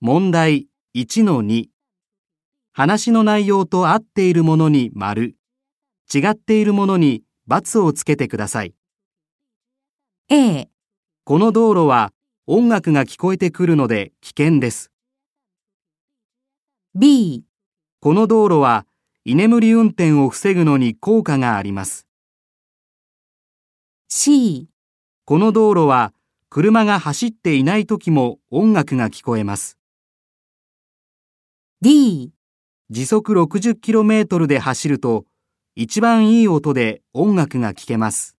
問題1-2話の内容と合っているものに丸、違っているものに×をつけてください。 A、この道路は音楽が聞こえてくるので危険です。 B、この道路は居眠り運転を防ぐのに効果があります。 C、この道路は車が走っていない時も音楽が聞こえます。 D、時速 60km で走ると一番いい音で音楽が聞けます。